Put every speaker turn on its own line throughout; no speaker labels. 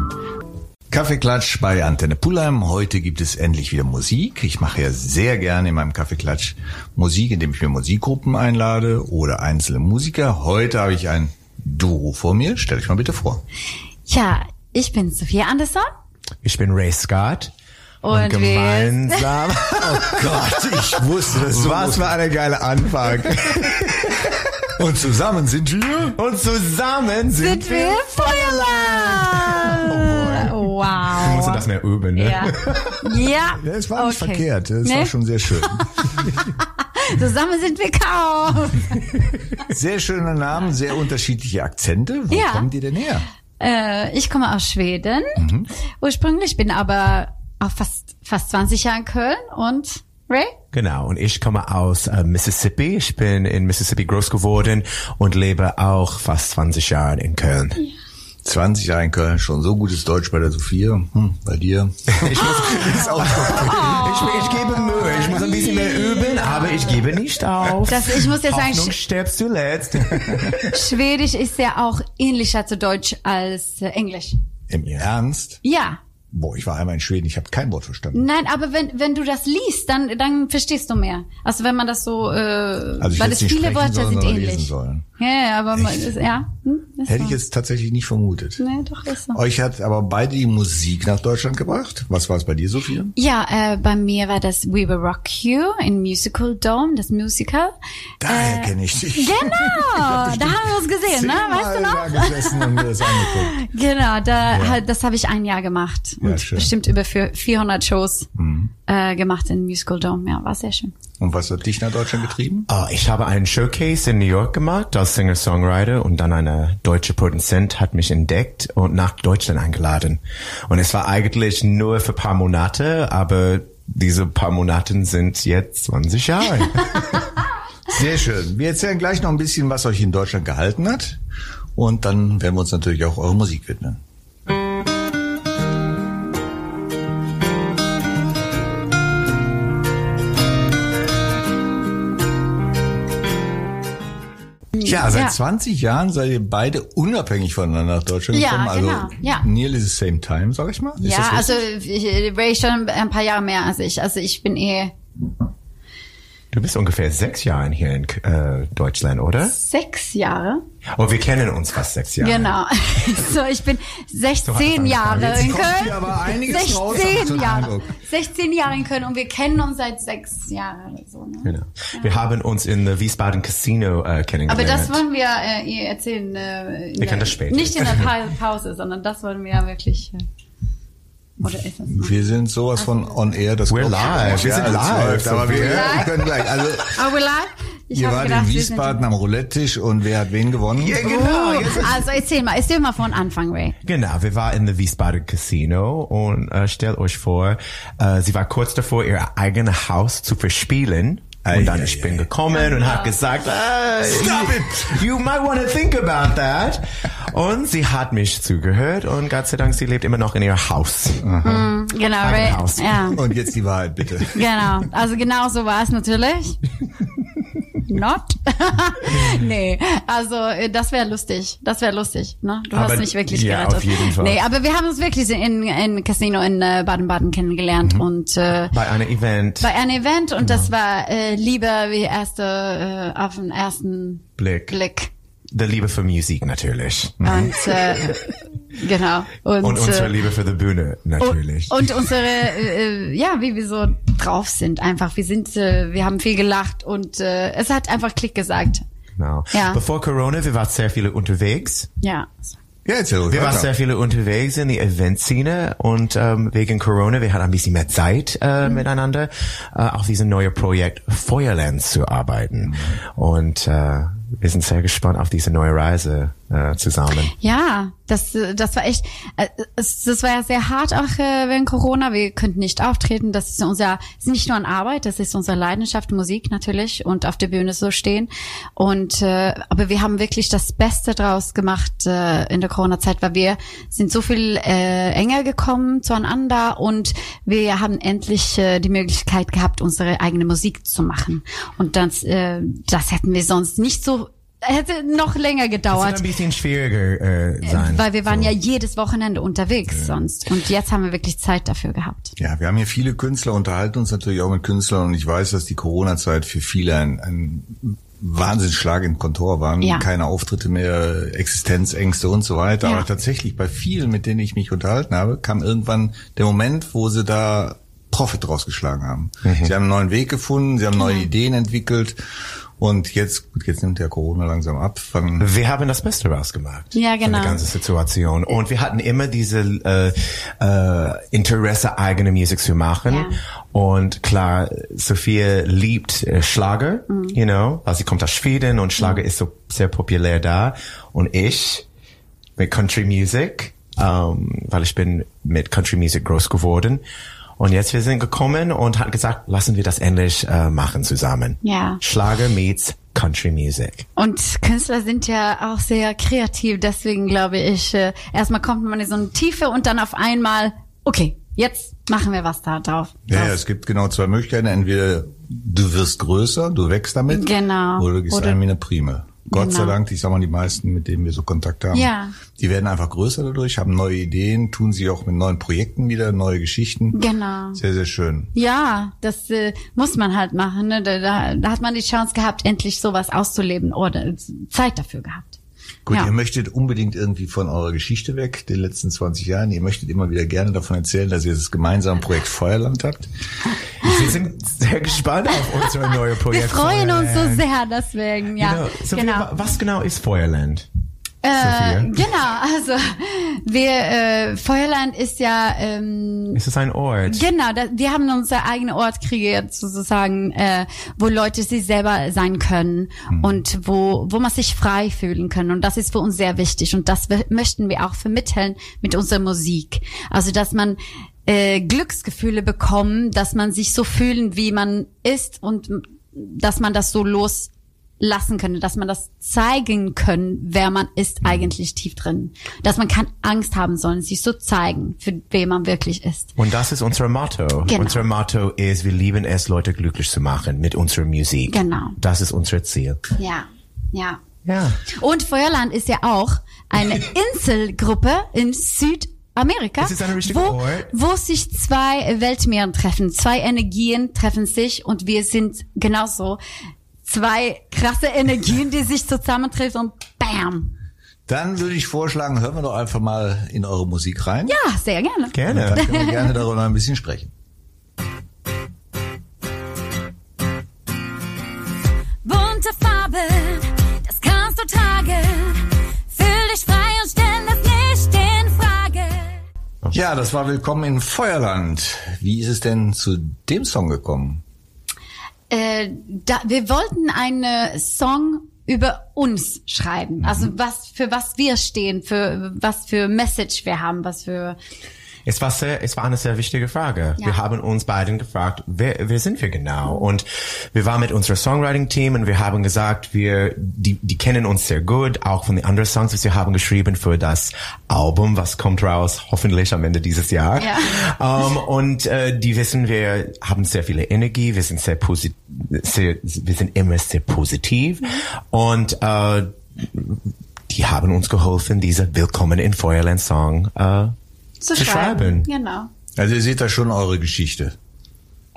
Kaffeeklatsch bei Antenne Pullheim. Heute gibt es endlich wieder Musik. Ich mache ja sehr gerne in meinem Kaffeeklatsch Musik, indem ich mir Musikgruppen einlade oder einzelne Musiker. Heute habe ich ein Duo vor mir. Stell dich mal bitte vor.
Ja, ich bin Sophia Anderson.
Ich bin Ray Scott.
Und
gemeinsam.
Oh Gott, ich wusste das.
Was für eine geile Anfang.
Und zusammen sind wir.
Und zusammen sind,
sind wir Feuerland.
Du musst das
wow.
mehr üben, ne?
Ja. ja.
Ja, es war nicht verkehrt. Es
Nee.
war schon sehr schön.
Zusammen sind wir Chaos.
Sehr schöner Name, sehr unterschiedliche Akzente. Wo
Ja.
kommen die denn her?
Äh, ich komme aus Schweden.
Mhm.
Ursprünglich bin aber auch fast, fast 20 Jahre in Köln und Ray?
Genau. Und ich komme aus äh, Mississippi. Ich bin in Mississippi groß geworden und lebe auch fast 20 Jahre in Köln.
20 Jahre in Köln, schon so gutes Deutsch bei der Sophia. Hm, bei dir. Ich muss das auch
Ich, ich gebe Mühe. Ich muss ein bisschen mehr üben, aber ich gebe nicht auf.
Das, ich muss jetzt sagen,
Hoffnung
Sch-
stirbst zuletzt.
Schwedisch ist ja auch ähnlicher zu Deutsch als äh, Englisch.
Im Ernst?
Ja.
Boah, ich war einmal in Schweden, ich habe kein Wort verstanden.
Nein, aber wenn, wenn du das liest, dann, dann verstehst du mehr. Also wenn man das so, äh,
Also ich
weil
hätte
es
nicht
viele
sprechen
Wörter
sollen,
sind
sondern lesen
ähnlich.
sollen.
Ja, ja, aber man,
Echt?
ist, ja. Hm, ist
Hätte
so.
ich Oh. jetzt tatsächlich nicht vermutet.
Nee, doch ist so.
Euch hat aber beide die Musik nach Deutschland gebracht. Was war es bei dir, Sophia?
Ja, äh, bei mir war das We Will Rock You in Musical Dome, das Musical.
Daher kenne ich dich.
Genau, da haben wir uns gesehen, ne? Weißt du noch?
Zehnmal da gesessen und mir das angeguckt.
Genau, da, hat- das habe ich ein Jahr gemacht
Ja,
und
schön. Mhm.
bestimmt über vier- 400 Shows äh, gemacht in Musical Dome. Ja, war sehr schön.
Und was hat dich nach Deutschland getrieben?
Ah, ich habe einen Showcase in New York gemacht als Singer-Songwriter und dann eine deutsche Produzent hat mich entdeckt und nach Deutschland eingeladen. Und es war eigentlich nur für paar Monate, aber diese paar Monaten sind jetzt 20 Jahre.
Sehr schön. Wir erzählen gleich noch ein bisschen, was euch in Deutschland gehalten hat. Und dann werden wir uns natürlich auch eure Musik widmen. Ja, seit
Ja.
20 Jahren seid ihr beide unabhängig voneinander nach Deutschland
Ja,
gekommen. Also
genau, ja.
nearly the same time, sag ich mal. Ist
Ja,
das
also
richtig?
ich, äh, Ray schon ein paar Jahre mehr als ich. Also ich bin eh
Du bist ungefähr sechs Jahre hier in äh, Deutschland, oder?
sechs Jahre.
Oh, wir kennen uns fast sechs Jahre.
Genau. So, ich bin 16
angefangen.
Jahre
Jetzt
in
kommt hier
Köln.
aber einiges raus, hab ich so
16
den
Jahre.
Eindruck.
16 Jahre in Köln und wir kennen uns seit sechs Jahren oder so. Ne?
Genau. Wir haben uns in the Wiesbaden Casino äh, kennengelernt.
Aber
Genau.
das wollen wir äh, ihr erzählen. Äh, in der-
können das später.
Nicht in der Pa- Pause, sondern das wollen wir ja wirklich. Äh, oder ist das?
wir sind sowas von
Also-
on air. Das
We're
kommt-
live, also wir
Ja,
sind
es
live,
läuft, aber wir
Sophia.
können gleich. Also
Are Oh, we live? Ich
Ihr
hab
wart
gedacht,
in
wir sind-
Wiesbaden am Roulette-Tisch und wer hat wen gewonnen?
Ja, genau. Jetzt
Oh, also erzähl mal, erzähl mal von Anfang, Ray.
Genau, wir waren in the Wiesbaden Casino und äh, stellt euch vor, äh, sie war kurz davor, ihr eigenes Haus zu verspielen.
Ei,
Und dann
ei,
ich
ei.
bin gekommen und hab gesagt, äh,
Stop
you, you might want to think about that. Und sie hat mich zugehört und Gott sei Dank, sie lebt immer noch in ihr Haus.
Hm, Genau, Ray.
Haus.
Ja,
Und jetzt die Wahrheit, bitte.
genau. Also genau so war es natürlich. Not. nee, also äh, das wäre lustig. Das wäre lustig. Ne? Du
Aber-
hast mich wirklich
ja,
gerettet.
auf jeden Fall.
Nee, aber wir haben uns wirklich in, in Casino in äh, Baden-Baden kennengelernt
Mhm.
und äh,
Bei einem Event.
bei einem Event und
Genau.
das war äh, Liebe wie erste äh, auf den ersten
Blick.
Blick.
Der Liebe für Musik natürlich.
Und äh, genau. Und,
Mhm. Und unsere
äh,
Liebe für die Bühne natürlich.
Und, Oh. und unsere, äh, äh, ja, wie wir so drauf sind einfach. Wir sind, äh, wir haben viel gelacht und äh, es hat einfach Klick gesagt.
Genau.
Ja.
Bevor Corona, wir waren sehr viele unterwegs.
Ja.
Ja, erzähl ruhig
Wir waren
weiter.
sehr viele unterwegs in die Eventszene und ähm, wegen Corona, wir hatten ein bisschen mehr Zeit äh, miteinander, äh, auf diesem neuen Projekt Mhm. Feuerland zu arbeiten. Und äh, wir sind sehr gespannt auf diese neue Reise. äh, zusammen.
Ja, das, äh, das war echt, äh, es- das war ja sehr hart auch äh, während Corona. Wir könnten nicht auftreten. Das ist unser, ist nicht nur an Arbeit, das ist unsere Leidenschaft, Musik natürlich und auf der Bühne so stehen. Und äh, aber wir haben wirklich das Beste draus gemacht äh, in der Corona-Zeit, weil wir sind so viel äh, enger gekommen zueinander und wir haben endlich äh, die Möglichkeit gehabt, unsere eigene Musik zu machen. Und das, äh, das hätten wir sonst nicht so hätte noch länger
Das
gedauert.
wird ein bisschen schwieriger äh, sein.
Weil wir waren
so.
ja jedes Wochenende unterwegs sonst. Und jetzt haben wir wirklich Zeit dafür gehabt.
Ja, wir haben hier viele Künstler, unterhalten uns natürlich auch mit Künstlern und ich weiß, dass die Corona-Zeit für viele ein, ein Wahnsinnsschlag im Kontor waren.
Ja.
Keine Auftritte mehr, Existenzängste und so weiter.
Ja.
Aber tatsächlich bei vielen, mit denen ich mich unterhalten habe, kam irgendwann der Moment, wo sie da Profit draus geschlagen haben. Sie haben einen neuen Weg gefunden, sie haben neue Ideen entwickelt und jetzt, gut, jetzt nimmt der Corona langsam ab. Wann-
Wir haben das Beste rausgemacht.
Ja,
Von der
genau.
ganzen Situation. Und wir hatten immer diese äh, äh, Interesse, eigene Musik zu machen.
Ja.
Und klar, Sophia liebt äh, Schlager,
Mhm.
you know. Also sie kommt aus Schweden und Schlager ist so sehr populär da. Und ich mit Country Music, ähm, weil ich bin mit Country Music groß geworden. Und jetzt wir sind gekommen und hat gesagt, lassen wir das endlich äh, machen zusammen.
Ja.
Schlager meets Country Music.
Und Künstler sind ja auch sehr kreativ. Deswegen glaube ich, äh, erstmal kommt man in so eine Tiefe und dann auf einmal, okay, jetzt machen wir was da drauf.
Ja,
draus.
es gibt genau zwei Möglichkeiten. Entweder du wirst größer, du wächst damit.
Genau.
Oder du gehst
Oder-
einem wie eine Prime. Gott sei
Genau.
Dank, ich sag mal, die meisten, mit denen wir so Kontakt haben,
Ja.
die werden einfach größer dadurch, haben neue Ideen, tun sie auch mit neuen Projekten wieder, neue Geschichten.
Genau.
Sehr, sehr schön.
Ja, das äh, muss man halt machen. Ne? Da, da, da hat man die Chance gehabt, endlich sowas auszuleben oder Zeit dafür gehabt.
Gut,
ja.
ihr möchtet unbedingt irgendwie von eurer Geschichte weg, den letzten 20 Jahren. Ihr möchtet immer wieder gerne davon erzählen, dass ihr das gemeinsame Projekt Feuerland habt.
Wir sind sehr gespannt auf unsere neue
wir
Projekt.
freuen uns so
Feuerland.
sehr, deswegen, ja.
Genau. So,
genau.
wa- Was genau ist Feuerland?
Äh,
Sophia?
genau, also wir äh, Feuerland ist ja ähm,
Ist es ein Ort?
genau, da, wir haben unser eigenen Ort kreiert sozusagen, äh, wo Leute sich selber sein können und wo wo man sich frei fühlen kann und das ist für uns sehr wichtig und das wir- möchten wir auch vermitteln mit unserer Musik, also dass man äh, Glücksgefühle bekommen, dass man sich so fühlen, wie man ist und m- dass man das so loslassen könnte, dass man das zeigen können, wer man ist eigentlich tief drin, dass man keine Angst haben soll, sich so zeigen, für wen man wirklich ist.
Und das ist unser Motto.
Genau.
Unser Motto ist, wir lieben es, Leute glücklich zu machen mit unserer Musik.
Genau.
Das ist unser Ziel.
Ja, ja.
Ja.
Und Feuerland ist ja auch eine Inselgruppe in Südamerika,
Es ist ein richtiger
wo,
Ort.
wo sich zwei Weltmeeren treffen, zwei Energien treffen sich und wir sind genauso zwei krasse Energien, die sich zusammentreffen und bam.
Dann würde ich vorschlagen, hören wir doch einfach mal in eure Musik rein.
Ja, sehr gerne.
Dann
Gerne.
können wir gerne darüber ein bisschen sprechen.
Bunte Farben, das kannst du tragen. Fühl dich frei und stell das nicht in Frage.
Ja, das war Willkommen in Feuerland. Wie ist es denn zu dem Song gekommen?
äh, da, wir wollten einen äh, Song über uns schreiben. Also was für was wir stehen, für was für Message wir haben, was für
Es war sehr, es war eine sehr wichtige Frage.
Ja.
Wir haben uns beiden gefragt, wer, wer sind wir genau? Und wir waren mit unserem Songwriting-Team und wir haben gesagt, wir, die, die kennen uns sehr gut, auch von den anderen Songs, die wir haben geschrieben für das Album, was kommt raus, hoffentlich am Ende dieses Jahr.
Ja.
Ähm, und äh, die wissen, wir haben sehr viele Energie, wir sind sehr positiv, sehr, wir sind immer sehr positiv
Mhm.
und äh, die haben uns geholfen, diese Willkommen in Feuerland Song äh,
zu
Zu
schreiben.
schreiben.
Genau.
Also ihr seht da schon eure Geschichte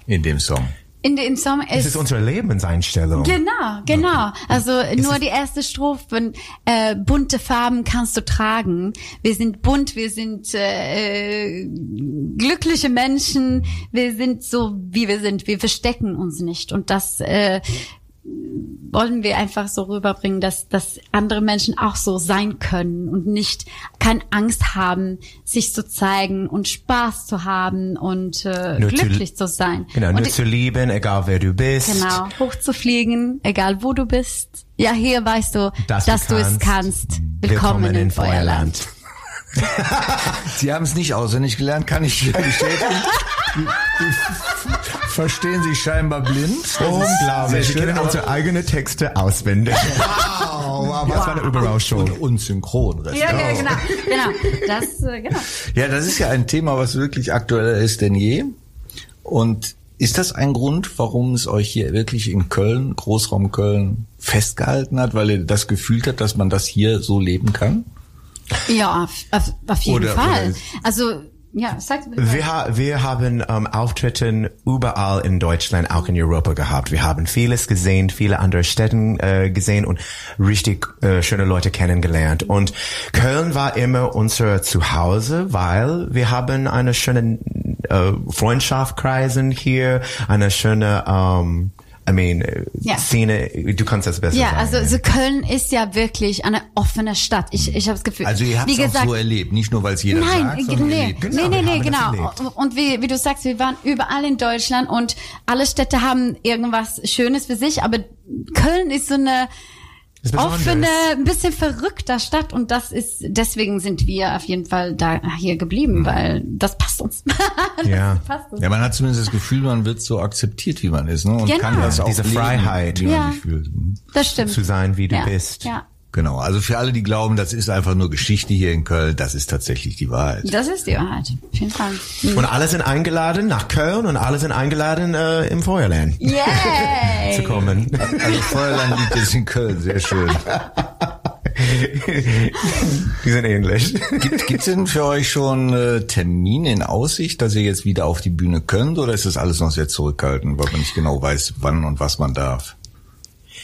in dem Song.
In den Song
Es
ist,
ist unsere Lebenseinstellung.
Genau, genau. Also nur die erste Strophe. Äh, bunte Farben kannst du tragen. Wir sind bunt, wir sind äh, äh, glückliche Menschen. Wir sind so, wie wir sind. Wir verstecken uns nicht. Und das äh, wollen wir einfach so rüberbringen, dass, dass andere Menschen auch so sein können und nicht keine Angst haben, sich zu zeigen und Spaß zu haben und äh,
Nur zu-
glücklich zu sein.
Genau,
und
nur zu lieben, egal wer du bist.
Genau, hochzufliegen, egal wo du bist. Ja, hier weißt du,
Dass
dass,
du
du, es
kannst.
kannst. Willkommen, in Feuerland.
Sie haben es nicht auswendig gelernt, kann ich bestätigen. Verstehen Sie scheinbar blind.
Unglaublich.
Sehr
Wir
schön,
kennen
aber-
unsere eigenen Texte auswendig.
Oh, Wow, wow,
Das war eine Überraschung.
Und unsynchron.
Ja, ja, genau, genau. Das, äh, genau.
Ja, das ist ja ein Thema, was wirklich aktueller ist denn je. Und ist das ein Grund, warum es euch hier wirklich in Köln, Großraum Köln, festgehalten hat, weil ihr das gefühlt habt, dass man das hier so leben kann?
Ja, auf, auf, auf jeden
Oder-
Fall.
oder-
also, ja, sag
Wir, ha wir haben ähm, Auftritten überall in Deutschland, auch in Europa gehabt. Wir haben vieles gesehen, viele andere Städten äh, gesehen und richtig äh, schöne Leute kennengelernt. Und Köln war immer unser Zuhause, weil wir haben eine schöne äh, Freundschaft kreisen hier, eine schöne, ähm, I mean, äh,
Ja.
Szene. Du kannst das besser
Ja,
sagen.
also so Köln ist ja wirklich eine offene Stadt. Ich, ich habe das Gefühl.
Also ihr habt
wie
es auch
gesagt,
so erlebt, nicht nur, weil es jeder
Nein, äh, genau,
sagt, sondern ihr
nee,
lebt es.
nee, nee, nee,
wir haben das
genau. Und wie, wie du sagst, wir waren überall in Deutschland und alle Städte haben irgendwas Schönes für sich, aber Köln ist so eine
Ist besonders.
offene, ein bisschen verrückter Stadt und das ist, deswegen sind wir auf jeden Fall da hier geblieben, weil das passt uns.
Mhm. Ja.
passt uns.
Ja, man hat zumindest das Gefühl, man wird so akzeptiert, wie man ist, ne? Und
Genau.
kann das auch
Diese
leben,
Freiheit.
wie man
Ja.
sich fühlt.
Das stimmt.
zu sein, wie du
ja,
bist.
Ja.
Genau. Also für alle, die glauben, das ist einfach nur Geschichte hier in Köln, das ist tatsächlich die Wahrheit.
Das ist die Wahrheit. Auf jeden Fall.
Und alle sind eingeladen nach Köln und alle sind eingeladen äh, im Feuerland zu
Yay!
kommen.
Also Feuerland liegt jetzt in Köln, sehr schön.
Die sind ähnlich.
Gibt gibt's denn für euch schon äh, Termine in Aussicht, dass ihr jetzt wieder auf die Bühne könnt oder ist das alles noch sehr zurückhaltend, weil man nicht genau weiß, wann und was man darf?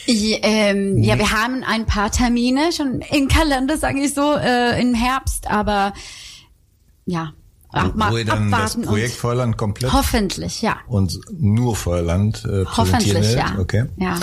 Ja, ähm,
Mhm.
ja, wir haben ein paar Termine schon im Kalender, sage ich so, äh, im Herbst, aber ja, ab,
Wo ihr dann das
abwarten
Projekt
und
Feuerland komplett
hoffentlich, ja.
und nur Feuerland äh, präsentieren
Hoffentlich,
werdet?
ja.
Okay.
Ja.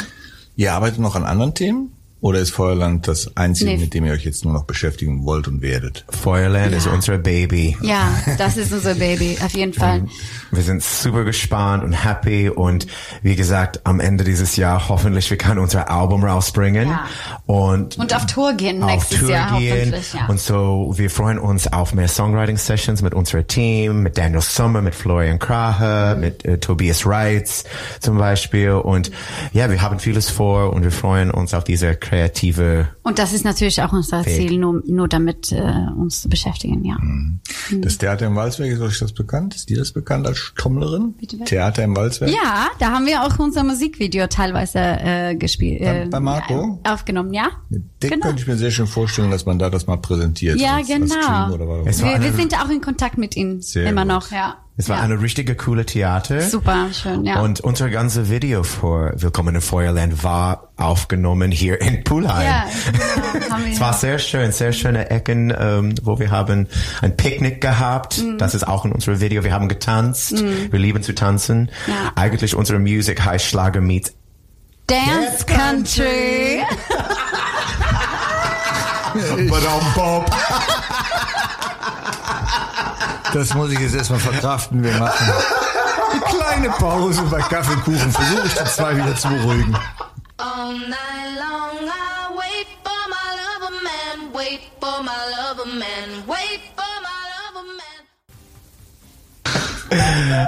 Ihr arbeitet noch an anderen Themen? Oder ist Feuerland das Einzige,
Nee.
mit dem ihr euch jetzt nur noch beschäftigen wollt und werdet?
Feuerland ist unser Baby.
Ja, das ist unser Baby, auf jeden Fall.
Wir sind super gespannt und happy und wie gesagt, am Ende dieses Jahr hoffentlich wir können unser Album rausbringen
Ja.
und
Und auf Tour gehen
auf
nächstes
Tour
Jahr,
gehen.
hoffentlich, ja.
Und so, wir freuen uns auf mehr Songwriting-Sessions mit unserem Team, mit Daniel Sommer, mit Florian Krahe, mit äh, Tobias Reitz zum Beispiel. Und ja, wir haben vieles vor und wir freuen uns auf diese kreative
Und das ist natürlich auch unser
Weg.
Ziel, nur, nur damit äh, uns zu beschäftigen, ja.
Mhm.
Mhm.
Das Theater im Walzwerk, ist euch das bekannt? Ist dir das bekannt als Trommlerin?
Bitte was?
Theater im Walzwerk?
Ja, da haben wir auch unser Musikvideo teilweise äh, gespielt.
Bei-
Äh,
bei Marco?
ja, Aufgenommen, ja.
Den könnte ich mir sehr schön vorstellen, dass man da das mal präsentiert.
genau. Ja,
als, Als
genau.
Team oder was.
Es war
wir,
eine-
wir sind auch in Kontakt mit ihm
Sehr
immer
gut.
noch, ja.
Es war
ja.
eine richtige coole Theater.
Super, schön, ja.
Und unser ganze Video für Willkommen in Feuerland war aufgenommen hier in Pulheim.
ja, genau, haben wir-
Es war sehr schön, sehr schöne Ecken, ähm, wo wir haben ein Picknick gehabt.
Mhm.
Das ist auch in unserem Video. Wir haben getanzt. Wir lieben zu tanzen.
Ja.
Eigentlich unsere Music heißt Schlager Meets.
Dance Country.
Bob.
Das muss ich jetzt erstmal verkraften. Wir machen eine kleine Pause bei Kaffee und Kuchen. Versuche ich die zwei wieder zu beruhigen.
All night long I wait for my lover man, wait for my lover man, wait for my lover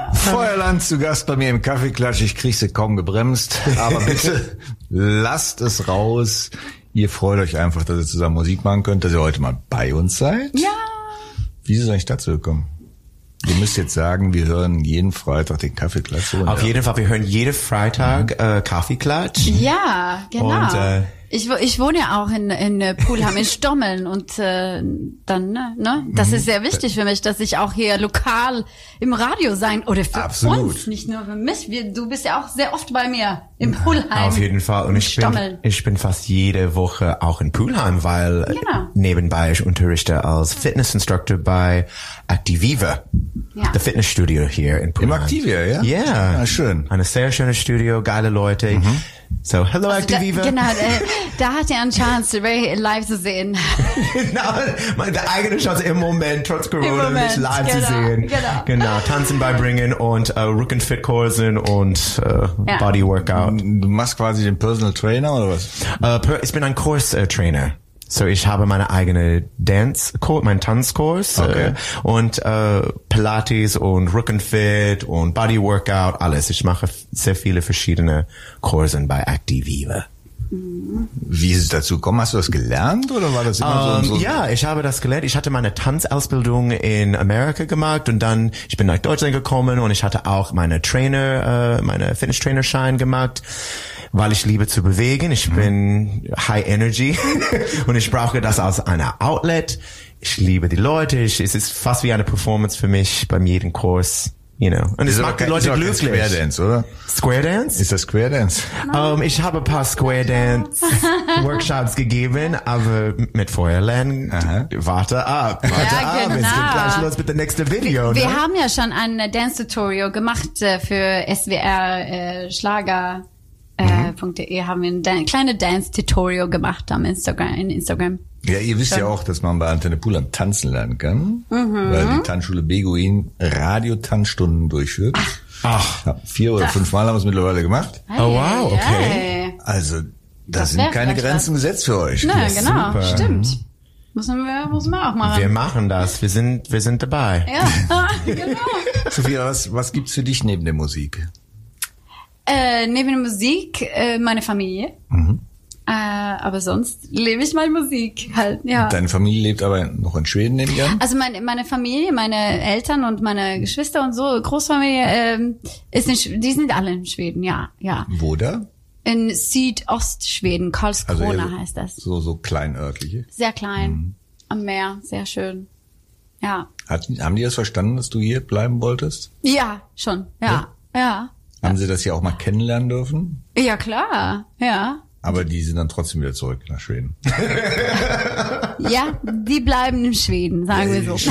man.
Feuerland zu Gast bei mir im Kaffeeklatsch. Ich krieg sie kaum gebremst. Aber bitte lasst es raus. Ihr freut euch einfach, dass ihr zusammen Musik machen könnt, dass ihr heute mal bei uns seid.
Ja.
Wie ist es eigentlich dazu gekommen? Ihr müsst jetzt sagen, wir hören jeden Freitag den Kaffeeklatsch. Und
Auf jeden Fall, wir hören jeden Freitag äh, Kaffeeklatsch.
Ja, genau.
Und, äh,
ich, wo- ich wohne ja auch in, in äh, Pulham, in Stommeln und äh, dann, ne, ne? Das
Mhm.
ist sehr wichtig für mich, dass ich auch hier lokal im Radio sein oder für
Absolut.
uns, nicht nur für mich. Wir, du bist ja auch sehr oft bei mir im Pulheim.
Auf jeden Fall. Und
im
ich bin,
Stommeln.
ich bin fast jede Woche auch in Pulheim, weil äh,
Genau.
nebenbei ich unterrichte als Fitnessinstructor bei Activiva.
Ja.
The Fitnessstudio hier in Pulheim.
Im Activia, ja?
Ja.
Ah, schön. Mhm.
Eine sehr schöne Studio, geile Leute. So, hello,
Da,
Active Diva.
genau, da, da hat er eine Chance, Ray live zu sehen.
genau. Meine eigene Chance im Moment, trotz Corona,
Im Moment,
mich live
genau,
zu sehen.
genau.
genau. Tanzen beibringen und äh, Rückenfit-Kursen und äh,
Ja.
Body-Workout.
Du machst quasi den Personal Trainer oder was?
Äh, per- ich bin ein Kurs-Trainer. So, ich habe meine eigene Dance-Kurs, meinen Tanzkurs
Okay.
äh, und äh, Pilates und Rückenfit und Body-Workout, alles. Ich mache f- sehr viele verschiedene Kursen bei Activiva.
Wie ist es dazu gekommen? Hast du das gelernt oder war das immer
Ähm,
Also so? so
Ja, ich habe das gelernt. Ich hatte meine Tanzausbildung in Amerika gemacht und dann ich bin nach Deutschland gekommen und ich hatte auch meine Trainer, äh, meine Fitness-Trainer-Schein gemacht, weil ich liebe zu bewegen.
Mhm.
Ich bin High Energy und ich brauche das als eine Outlet. Ich liebe die Leute. Ich, es ist fast wie eine Performance für mich beim jeden Kurs. You know. Und es
aber
macht die
kein-
Leute
aber kein
glücklich.
Square Dance, oder?
Square Dance?
Ist das Square Dance?
Ähm, ich habe ein paar Square Dance Workshops gegeben, aber mit Feuerland.
Aha.
Warte ab, warte
Ja,
ab. Es geht
genau.
gleich los mit dem nächsten Video.
Wir
ne?
haben ja schon ein äh, Dance-Tutorial gemacht äh, für SWR äh, Schlager.
Mhm.
Äh, .de haben wir ein Dan kleines Dance-Tutorial gemacht am Instagram, in Instagram.
Ja, ihr wisst ja auch, dass man bei Antenne Pulan tanzen lernen kann, weil die Tanzschule Beguin Radiotanzstunden durchführt.
Ach.
Ja, vier oder fünfmal haben wir es mittlerweile gemacht.
Oh, wow,
okay.
Also, da
Das
sind
wär
keine
vielleicht
Grenzen gesetzt für euch.
Na, genau,
super.
stimmt. Müssen wir, müssen wir auch machen.
Wir machen das. Wir sind, wir sind dabei.
ja, genau.
Sophia, was, was gibt's für dich neben der Musik?
Äh, neben der Musik äh, meine Familie.
Mhm.
Äh, aber sonst lebe ich meine Musik halt, ja.
Deine Familie lebt aber noch in Schweden, nehme ich an.
also meine, meine Familie, meine Eltern und meine Geschwister und so, Großfamilie, ähm, ist in, Sch- die sind alle in Schweden, ja, ja.
Wo da?
In Südostschweden, Karlskrona
Also eher so-
heißt das.
So, so kleinörtliche.
Sehr klein,
Mhm.
am Meer, sehr schön. Ja,
Hat, haben die das verstanden, dass du hier bleiben wolltest?
ja, schon, ja, ja.
Haben sie das ja auch mal kennenlernen dürfen?
Ja, klar, ja.
Aber die sind dann trotzdem wieder zurück nach Schweden.
Ja, die bleiben in Schweden, sagen
Äh,
wir so.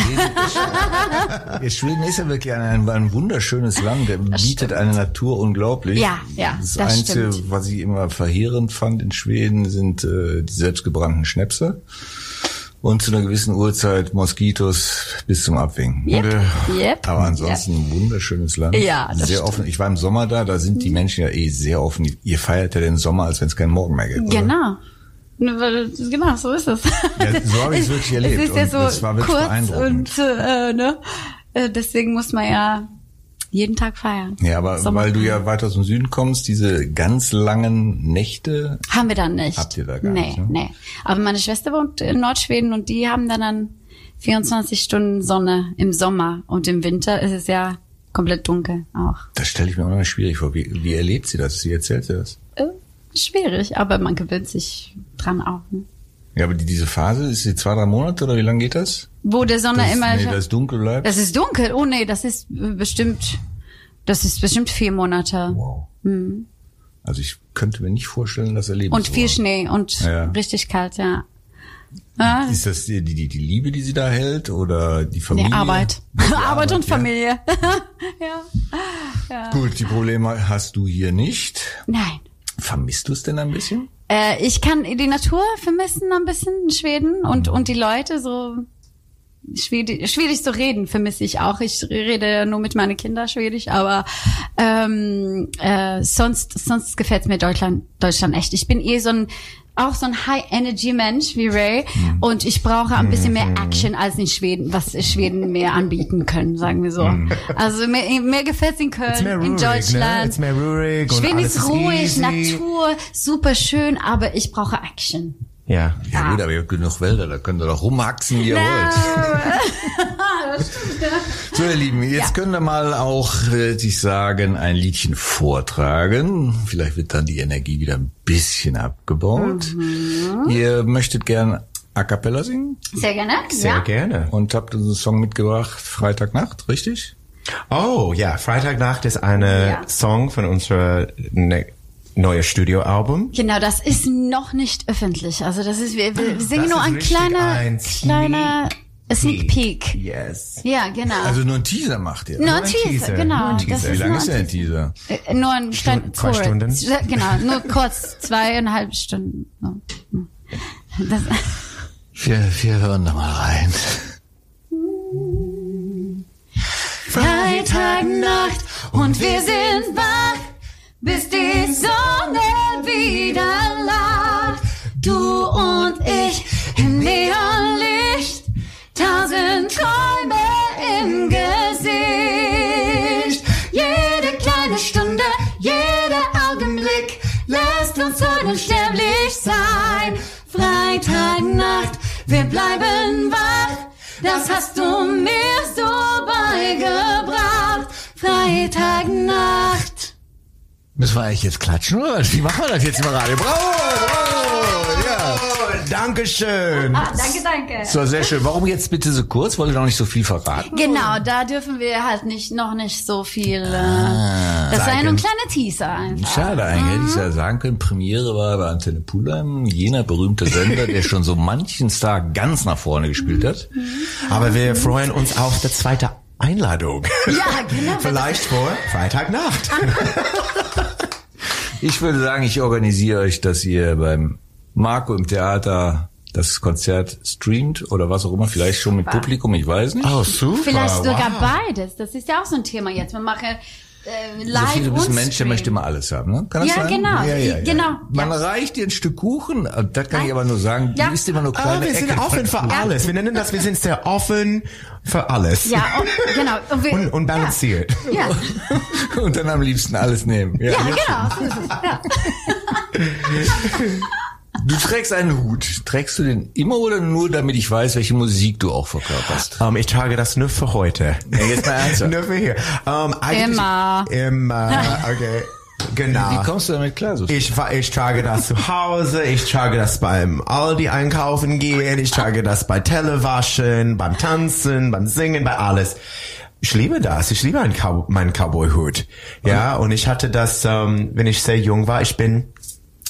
Ja, Schweden ist ja wirklich ein, ein wunderschönes Land. Der bietet eine Natur unglaublich.
Ja, ja,
Das,
das
Einzige,
stimmt.
was ich immer verheerend fand in Schweden, sind äh, die selbstgebrannten Schnäpse. Und zu einer gewissen Uhrzeit Moskitos bis zum Abwinken.
Yep. Yep.
Aber ansonsten ein wunderschönes Land.
Ja, das
sehr
stimmt. Mhm.
offen. Ich war im Sommer da, da sind die Menschen ja eh sehr offen. Ihr feiert ja den Sommer, als wenn es keinen Morgen mehr gibt. oder?
Genau. Ne, weil- Genau, so ist es.
Ja, so habe ich es wirklich erlebt
Es ist ja
und
so
es war wirklich
kurz
beeindruckend.
und äh, ne? Äh, deswegen muss man ja jeden Tag feiern.
Ja, aber
Sommer-
weil du ja weiter aus dem Süden kommst, diese ganz langen Nächte,
haben wir dann nicht.
Habt ihr da gar
nee,
nicht, ne?
Nee, aber meine Schwester wohnt in Nordschweden und die haben dann, dann 24 Stunden Sonne im Sommer und im Winter ist es ja komplett dunkel auch.
das stelle ich mir auch immer schwierig vor. Wie, wie erlebt sie das? Wie erzählt sie das?
Äh, schwierig, aber man gewöhnt sich dran auch. Ne?
Ja, aber die, diese Phase, ist sie zwei, drei Monate oder wie lange geht das?
Wo der Sonne
Dass,
immer
nee, dass es dunkel bleibt?
Das ist dunkel. Oh nee, das ist äh, bestimmt, das ist bestimmt vier Monate.
wow. Also ich könnte mir nicht vorstellen, das erleben
Hm. Und
zu
viel
wollen.
Schnee und
Ja.
richtig kalt, ja. ja
Ist das die, die, die Liebe, die sie da hält oder die
nee,
Familie?
Arbeit.
Die
Arbeit und
ja.
Familie.
Gut, die Probleme hast du hier nicht.
Nein.
Vermisst du es denn ein bisschen?
Äh, ich kann die Natur vermissen ein bisschen in Schweden und,
Mhm.
und die Leute so schwedisch, schwedisch zu reden vermisse ich auch. Ich rede nur mit meinen Kindern schwedisch, aber ähm, äh, sonst, sonst gefällt mir Deutschland, Deutschland echt. Ich bin eh so ein auch so ein High-Energy-Mensch wie Ray
Mhm.
und ich brauche ein bisschen mehr Action als in Schweden, was Schweden mir anbieten können, sagen wir so.
Mhm.
Also mir, mir gefällt in Köln, in
Ne?
Deutschland.
It's mehr ruhig und
Schweden
alles
ist ruhig,
easy.
Natur, super schön, aber ich brauche Action.
Ja.
Ja
Ah.
gut, aber ihr habt genug Wälder, da könnt ihr doch rumhaxen, wie ihr wollt. So ihr Lieben, jetzt können wir mal auch, würde ich sagen, ein Liedchen vortragen. Vielleicht wird dann die Energie wieder ein bisschen abgebaut.
Mhm.
Ihr möchtet gern A Cappella singen
Sehr gerne.
Sehr
ja.
gerne.
und habt uns einen Song mitgebracht, Freitagnacht, richtig?
Oh ja, Freitagnacht ist eine
Ja.
Song von unserer ne neue Studioalbum.
Genau, das ist noch nicht öffentlich. Also das ist, wir, wir singen
Das
nur
ist
ein
richtig
kleiner,
ein
kleiner A Sneak Peek.
Yes.
Ja, genau.
Also nur ein Teaser macht ihr.
nur ein
ein
Teaser,
Teaser,
genau.
nur ein
Das
Teaser.
Wie
ist
lange
nur
ist denn
ein
ein Teaser?
Teaser. Äh, Nur ein
Stunden-
Stunden,
zwei Stunden?
Genau, nur kurz, zweieinhalb Stunden. So. Das,
Wir, wir hören da mal rein.
Freitagnacht und wir sind wach, bis die Sonne wieder lacht. Du und ich im Neonlicht, tausend Träume im Gesicht. Jede kleine Stunde, jeder Augenblick lässt uns unsterblich sein. Freitagnacht, wir bleiben wach. Das hast du mir so beigebracht. Freitagnacht.
Müssen wir eigentlich jetzt klatschen oder was? Wie machen wir das jetzt im Radio? Bravo! Bravo! Ja.
Dankeschön.
Ah, danke, danke.
So, sehr schön. Warum jetzt bitte so kurz? Wollt ihr noch nicht so viel verraten?
Genau, da dürfen wir halt nicht noch nicht so viel.
Ah,
Äh, das war ja nur ein kleiner Teaser einfach.
Schade eigentlich, hätte ich
Mhm.
ja sagen können, Premiere war bei Antenne Pulheim, jener berühmte Sender, der schon so manchen Star ganz nach vorne gespielt hat.
Mhm.
Aber wir freuen uns auf die zweite Einladung.
Ja, genau.
Vielleicht vor Freitagnacht.
Ich würde sagen, ich organisiere euch, dass ihr beim Marco im Theater das Konzert streamt oder was auch immer, vielleicht schon mit Publikum, ich weiß nicht.
Oh, super.
Vielleicht sogar
wow.
beides. Das ist ja auch so ein Thema jetzt. Man mache äh,
So
live
viel du bist ein
und
Mensch, der
Stream.
möchte mal alles haben, ne? Kann das
Ja,
sein?
genau. Ich- genau.
Man
Ja.
reicht dir ein Stück Kuchen, das kann ich
Ja.
aber nur sagen,
Ja.
die ist immer nur
Ah,
kleine
wir sind
Ecken.
offen für alles. Wir nennen das, wir sind sehr offen für alles.
Ja, und, genau. Und, wir,
Und, und balanciert.
Ja, ja,
Und dann am liebsten alles nehmen. Ja.
ja genau. so ist es. Ja.
Du trägst einen Hut. Trägst du den immer oder nur, damit ich weiß, welche Musik du auch verkörperst?
Ähm, ich trage das nur für heute.
Ja, jetzt mal ernsthaft.
nur für hier. Ähm, eigentlich-
Immer.
Immer, okay. Genau.
Wie kommst du damit klar? So?
Ich, fa- ich trage das zu Hause, ich trage das beim Aldi einkaufen gehen, ich trage das bei Telewaschen, beim Tanzen, beim Singen, bei alles. Ich liebe das. Ich liebe einen Cow meinen Cowboy-Hut. Ja, und ich hatte das, ähm, wenn ich sehr jung war, ich bin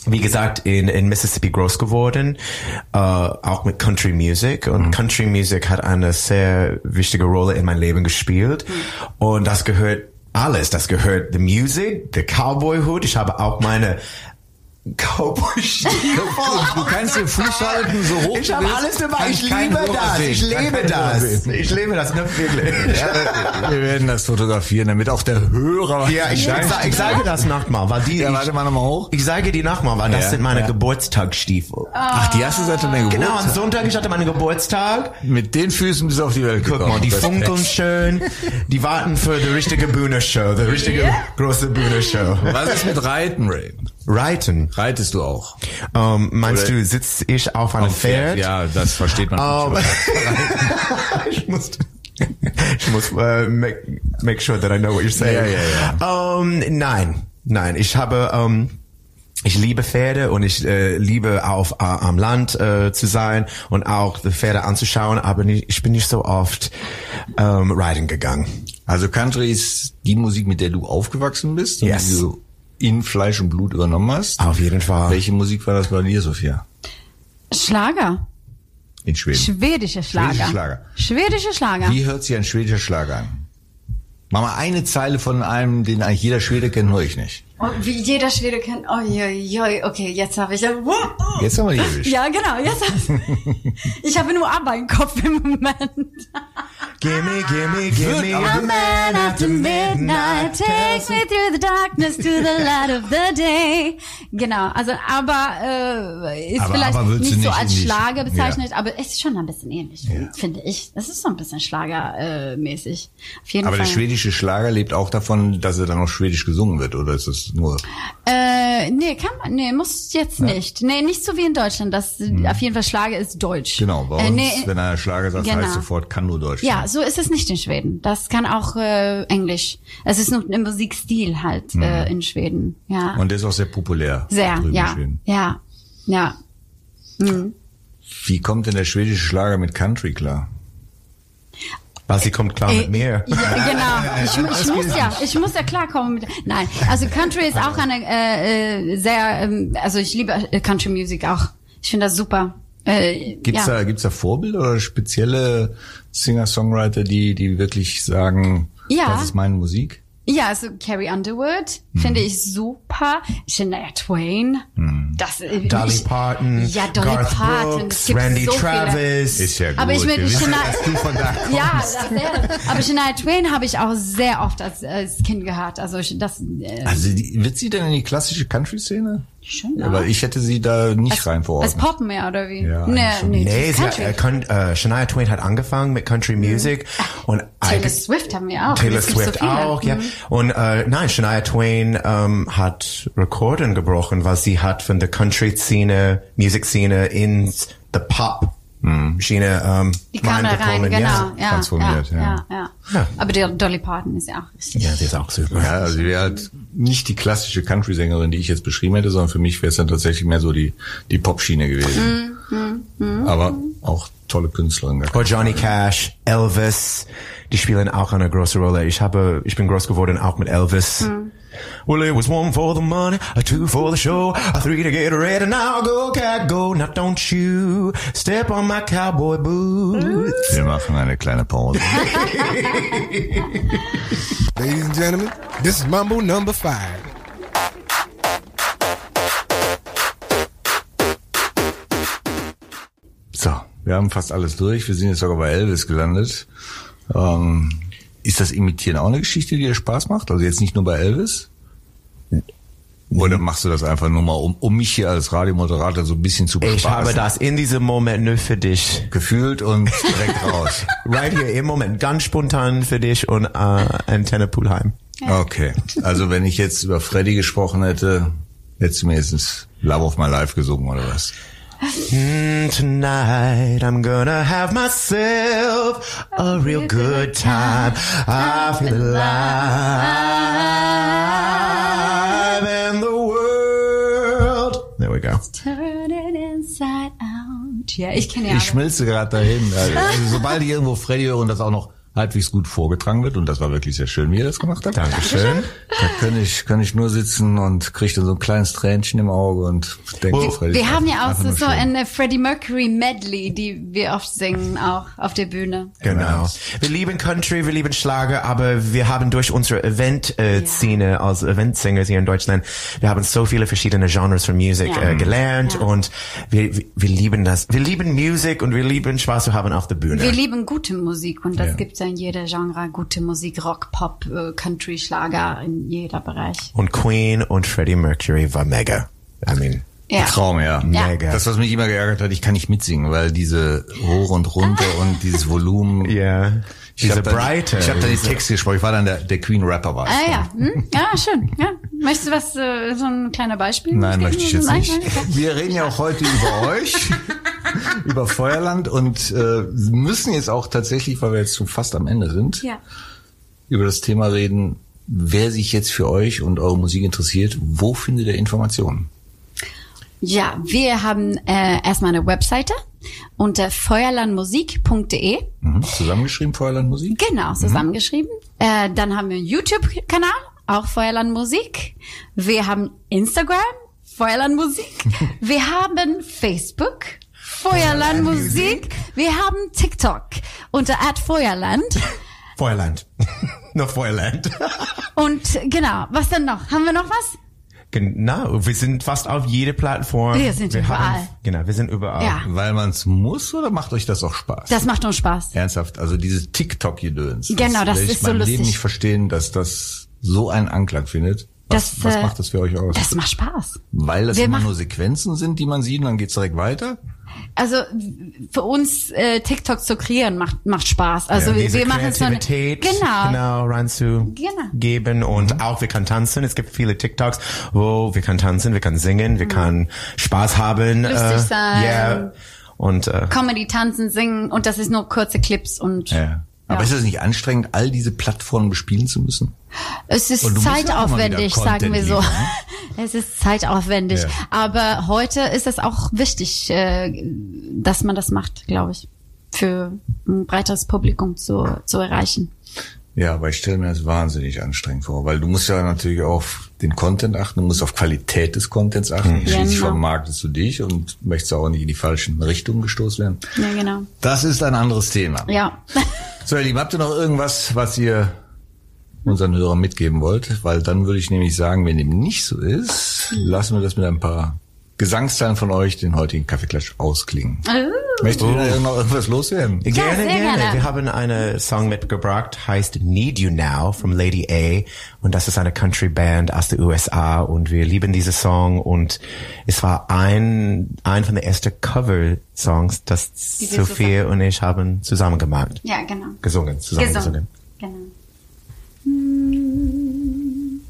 wie gesagt, in, in Mississippi groß geworden, äh, auch mit Country Music. Und
Mhm.
Country Music hat eine sehr wichtige Rolle in meinem Leben gespielt.
Mhm.
Und das gehört alles. Das gehört the Music, the Cowboy Hood. Ich habe auch meine Cowboy
Du kannst den Fuß halten, so hoch
Ich
du
habe
willst,
alles dabei.
kann
Ich
kein
liebe
Wort
das.
erzählen.
Ich
Kann
liebe
kein Wort
das.
erzählen.
Ich liebe das. Ne, wirklich.
äh, Wir werden das fotografieren, damit auch der Hörer...
Ja, ich, ich, sa- ich sage das nochmal, weil die,
Ja, warte mal nochmal hoch.
ich, ich sage die nochmal, weil das
Ja,
sind meine
ja.
Geburtstagsstiefel.
Ach, die hast du seit deiner Geburt.
Genau, am Sonntag, ich hatte meinen Geburtstag.
Mit den Füßen bis auf die Welt
Guck
gekommen.
mal, die
Das-
funkeln schön. Die warten für die richtige Bühne-Show, die richtige große Bühne-Show.
Was ist mit Reiten, Ray?
Reiten.
Reitest du auch?
Ähm, meinst
Oder-
du, sitze ich auf einem Pferd?
Ja, das versteht man.
Ähm,
nicht.
ich muss, ich muss äh, make, make sure that I know what you're saying.
Ja, ja,
Ähm, nein, nein, ich habe, ähm, ich liebe Pferde und ich äh, liebe auf äh, am Land äh, zu sein und auch die Pferde anzuschauen, aber nicht, ich bin nicht so oft ähm, riding gegangen.
Also Country ist die Musik, mit der du aufgewachsen bist und
Yes.
die du in Fleisch und Blut übernommen hast.
Auf jeden Fall.
Welche Musik war das bei dir, Sophia?
Schlager.
In Schweden.
Schwedische Schlager.
Schwedische Schlager.
Schwedische Schlager.
Wie hört sich ein schwedischer Schlager an? Mach mal eine Zeile von einem, den eigentlich jeder Schwede kennt, nur ich nicht.
Und Oh, wie jeder Schwede kennt. Oh, okay, jetzt habe ich.
Jetzt haben wir die erwischt.
Ja, genau. Jetzt hab ich habe nur aber im Kopf im Moment.
Gimme, gimme, gimme.
aber-
Man after midnight takes me through the darkness to the light of the day. Genau, also aber äh, ist
Aber
vielleicht
aber würdest du
nicht, so
nicht in
als
die-
Schlager bezeichnet, aber ist schon ein bisschen ähnlich, finde ich. Es ist so ein bisschen Schlagermäßig. Äh, mäßig. Auf jeden
Aber der
Fall.
schwedische Schlager lebt auch davon, dass er dann auch schwedisch gesungen wird, oder ist das nur?
Äh, nee, kann man, nee, muss jetzt nicht. Nee, nicht so wie in Deutschland. Das auf jeden Fall Schlager ist deutsch.
Hm. Genau, bei uns,
äh, nee,
wenn einer Schlager sagt,
genau.
heißt sofort, kann nur Deutsch.
ja,
sein.
so ist es nicht in Schweden. Das kann auch äh, Englisch. Es ist nur ein Musikstil halt
Hm.
äh, in Schweden. Ja.
Und der ist auch sehr populär.
Sehr,
drüben in
ja,
Schweden.
ja, ja. Hm.
Wie kommt denn der schwedische Schlager mit Country klar?
Was, sie kommt klar mit mir.
Äh, Ja, genau. Ich, ich muss ja, ich muss ja klarkommen mit. Nein, also Country ist auch eine äh, äh, sehr, ähm, also ich liebe äh, Country Music auch. Ich finde das super. Äh,
Gibt's
ja.
da gibt's da Vorbilder oder spezielle Singer-Songwriter, die die wirklich sagen,
Ja.
das ist meine Musik?
Ja, also Carrie Underwood
Hm.
finde ich super. Shania Twain.
Hm.
Das, äh,
Dolly
ich,
Parton,
Ja, Dolly
Garth
Parton. es
Brooks,
gibt
Randy
so Viele.
Travis.
ja
Aber ich will
Wir wissen,
Shania-
dass du von da kommst.
Ja, das, aber Shania Twain habe ich auch sehr oft als, als Kind gehört. Also ich- das äh,
Also die, wird sie denn in die klassische Country-Szene?
schon.
Ja, Weil ich hätte sie da nicht
als,
rein
als
verordnet.
Pop Also mehr oder wie?
Ja,
nee,
eigentlich schon.
nee,
Nee,
das
sie,
ist
äh,
Country.
Con- äh, Shania Twain hat angefangen mit Country Music und
Taylor
eigentlich-
Swift haben wir auch.
Taylor
Es gibt so
Swift
viele. Mhm.
auch, ja. Und äh, nein, Shania Twain ähm, hat Rekorden gebrochen, was sie hat von der Country-Szene, Music-Szene ins the Pop-Schiene ähm,
Die kam da rein,
reingekommen,
genau.
ja.
Ja, ja, ja,
transformiert, ja.
ja. Aber der Dolly Parton ist ja auch richtig.
Ja, sie ist auch super.
Ja, also sie wäre halt nicht die klassische Country-Sängerin, die ich jetzt beschrieben hätte, sondern für mich wäre es dann tatsächlich mehr so die, die Pop-Schiene gewesen.
Mhm,
Aber auch tolle Künstlerin.
Oder Johnny Cash, Elvis, die spielen auch eine große Rolle. Ich habe, ich bin groß geworden auch mit Elvis. Well, it was one for the money, a two for the show, a three to get ready. Now go, cat, go. Now don't you step on my cowboy boots.
Wir machen eine kleine Pause.
Ladies and gentlemen, this is Mumble number five.
So, wir haben fast alles durch. Wir sind jetzt sogar bei Elvis gelandet. Ähm, ist das Imitieren auch eine Geschichte, die dir Spaß macht? Also jetzt nicht nur bei Elvis? Oder machst du das einfach nur mal, um, um mich hier als Radiomoderator so ein bisschen zu
Ich habe
bespaßen?
das in diesem Moment nur für dich.
gefühlt und direkt raus.
Right here im Moment, ganz spontan für dich und äh, Antenne Pulheim.
Okay, also wenn ich jetzt über Freddy gesprochen hätte, hättest du mir jetzt Love of My Life gesungen oder was?
Mm, Tonight I'm gonna have myself a real good time. I feel alive and the world. There we go.
Turn it inside out. Ja, ich kenne ja
Ich
alle.
schmilze gerade dahin. Also, sobald ich irgendwo Freddy höre und das auch noch halbwegs gut vorgetragen wird, und das war wirklich sehr schön, wie ihr das gemacht habt.
Dankeschön.
Da kann ich, kann ich nur sitzen und krieg dann so ein kleines Tränchen im Auge und denke,
Oh.
Freddy.
Wir haben ja auch
einfach
so,
nur
so
schön.
eine Freddie Mercury Medley, die wir oft singen, auch auf der Bühne.
Genau. Wir lieben Country, wir lieben Schlager, aber wir haben durch unsere Event-Szene als Eventsänger hier in Deutschland, wir haben so viele verschiedene Genres von Musik
Ja.
äh, gelernt
Ja.
und wir, wir- wir lieben das. Wir lieben Musik und wir lieben Spaß zu haben auf der Bühne.
Wir lieben gute Musik und das
Genau. Ja.
gibt's ja in jeder Genre. Gute Musik, Rock, Pop, äh, Country, Schlager, in jeder Bereich.
Und Queen und Freddie Mercury war mega. I mean,
Ja.
Traum, ja.
Ja.
Mega.
Das, was mich immer geärgert hat, ich kann nicht mitsingen, weil diese hoch und runter und dieses Volumen.
yeah. She's a
hab dann-
brighter.
Ich habe da die Texte gesprochen. Ich war dann der, der Queen Rapper war. es
Ah
dann.
ja, hm? ja, schön. Ja. Möchtest du was, äh, so ein kleiner Beispiel?
Nein,
geben?
möchte ich jetzt
Nein,
nicht.
nein, okay.
Wir reden ja auch heute über euch, über Feuerland und äh, müssen jetzt auch tatsächlich, weil wir jetzt schon fast am Ende sind,
Ja.
über das Thema reden, wer sich jetzt für euch und eure Musik interessiert, wo findet ihr Informationen?
Ja, wir haben äh, erstmal eine Webseite unter feuerlandmusik.de.
Mhm. Zusammengeschrieben Feuerland Musik?
Genau, zusammengeschrieben. Äh, dann haben wir einen YouTube-Kanal, auch Feuerland Musik. Wir haben Instagram, Feuerland Musik. Wir haben Facebook, Feuerland Musik. Wir haben TikTok unter Feuerland.
Feuerland. no Feuerland.
Und genau, was denn noch? Haben wir noch was?
genau. Wir sind fast auf jede Plattform.
Wir sind
haben-
überall.
genau, wir sind überall.
Ja.
Weil man es muss oder macht euch das auch Spaß?
Das macht uns Spaß.
Ernsthaft, also dieses TikTok-Gedöns.
Genau, das
will ich
ist so
mein Leben
lustig.
nicht verstehen, dass das so einen Anklang findet. Was,
Das,
was
äh,
macht das für euch aus?
Das macht Spaß.
Weil das
Wir
immer
machen-
nur Sequenzen sind, die man sieht und dann geht's direkt weiter?
Also w- für uns äh, TikTok zu kreieren macht macht Spaß. Also
Ja,
wir,
Äh, diese
wir machen so eine,
Kreativität
genau,
genau reinzugeben
Genau.
geben und auch wir können tanzen. Es gibt viele TikToks, wo wir können tanzen, wir können singen, wir können Spaß haben.
Mhm.
äh,
Lustig sein.
Yeah. Und äh,
Comedy, Tanzen, Singen und das ist nur kurze Clips und
Aber ist es nicht anstrengend, all diese Plattformen bespielen zu müssen?
Es ist
Und du musst ja auch mal
zeitaufwendig,
wieder
sagen wir so.
Content liefern, ne?
Es ist zeitaufwendig.
Ja.
Aber heute ist es auch wichtig, äh, dass man das macht, glaube ich, für ein breiteres Publikum zu, zu erreichen.
Ja, aber ich stelle mir das wahnsinnig anstrengend vor, weil du musst ja natürlich auf den Content achten, du musst auf Qualität des Contents achten. Schließlich
Genau.
vermarktest du dich und möchtest auch nicht in die falschen Richtungen gestoßen werden.
Ja, genau.
Das ist ein anderes Thema.
Ja.
So, ihr Lieben, habt ihr noch irgendwas, was ihr unseren Hörern mitgeben wollt? Weil dann würde ich nämlich sagen, wenn dem nicht so ist, lassen wir das mit ein paar Gesangszeilen von euch den heutigen Kaffeeklatsch ausklingen.
Ah.
Möchtet ihr noch irgendwas loswerden?
Gerne,
sehr
gerne,
gerne.
Wir haben einen Song mitgebracht, heißt Need You Now von Lady A. Und das ist eine Country Band aus den USA und wir lieben diesen Song und es war ein, ein von den ersten Cover-Songs, das
Die wir
Sophie und ich haben zusammen gemacht.
ja, genau.
Gesungen, zusammen gesungen.
Gesungen. Genau. Hmm.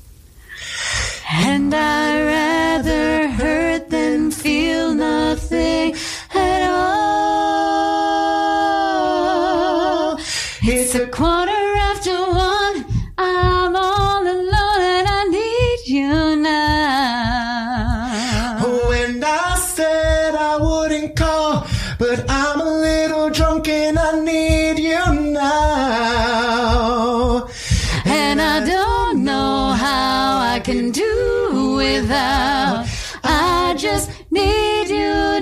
And I rather hurt than feel nothing at all. It's a quarter after one. I'm all alone and I need you now.
When I said I wouldn't call, but I'm a little drunk and I need you now.
And I don't know how I can do without. I just need you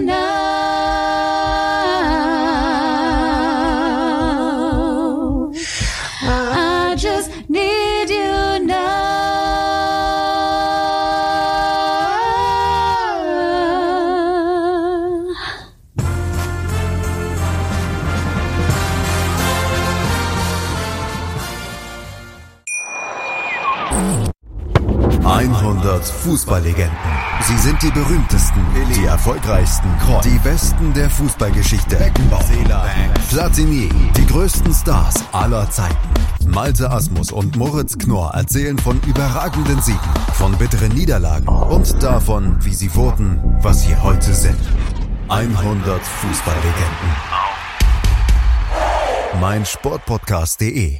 now. I just need you now.
Fußballlegenden. Sie sind die berühmtesten, die erfolgreichsten, die besten der Fußballgeschichte. Beckenbauer, Platini, die größten Stars aller Zeiten. Malte Asmus und Moritz Knorr erzählen von überragenden Siegen, von bitteren Niederlagen und davon, wie sie wurden, was sie heute sind. 100 Fußballlegenden. Mein Sportpodcast.de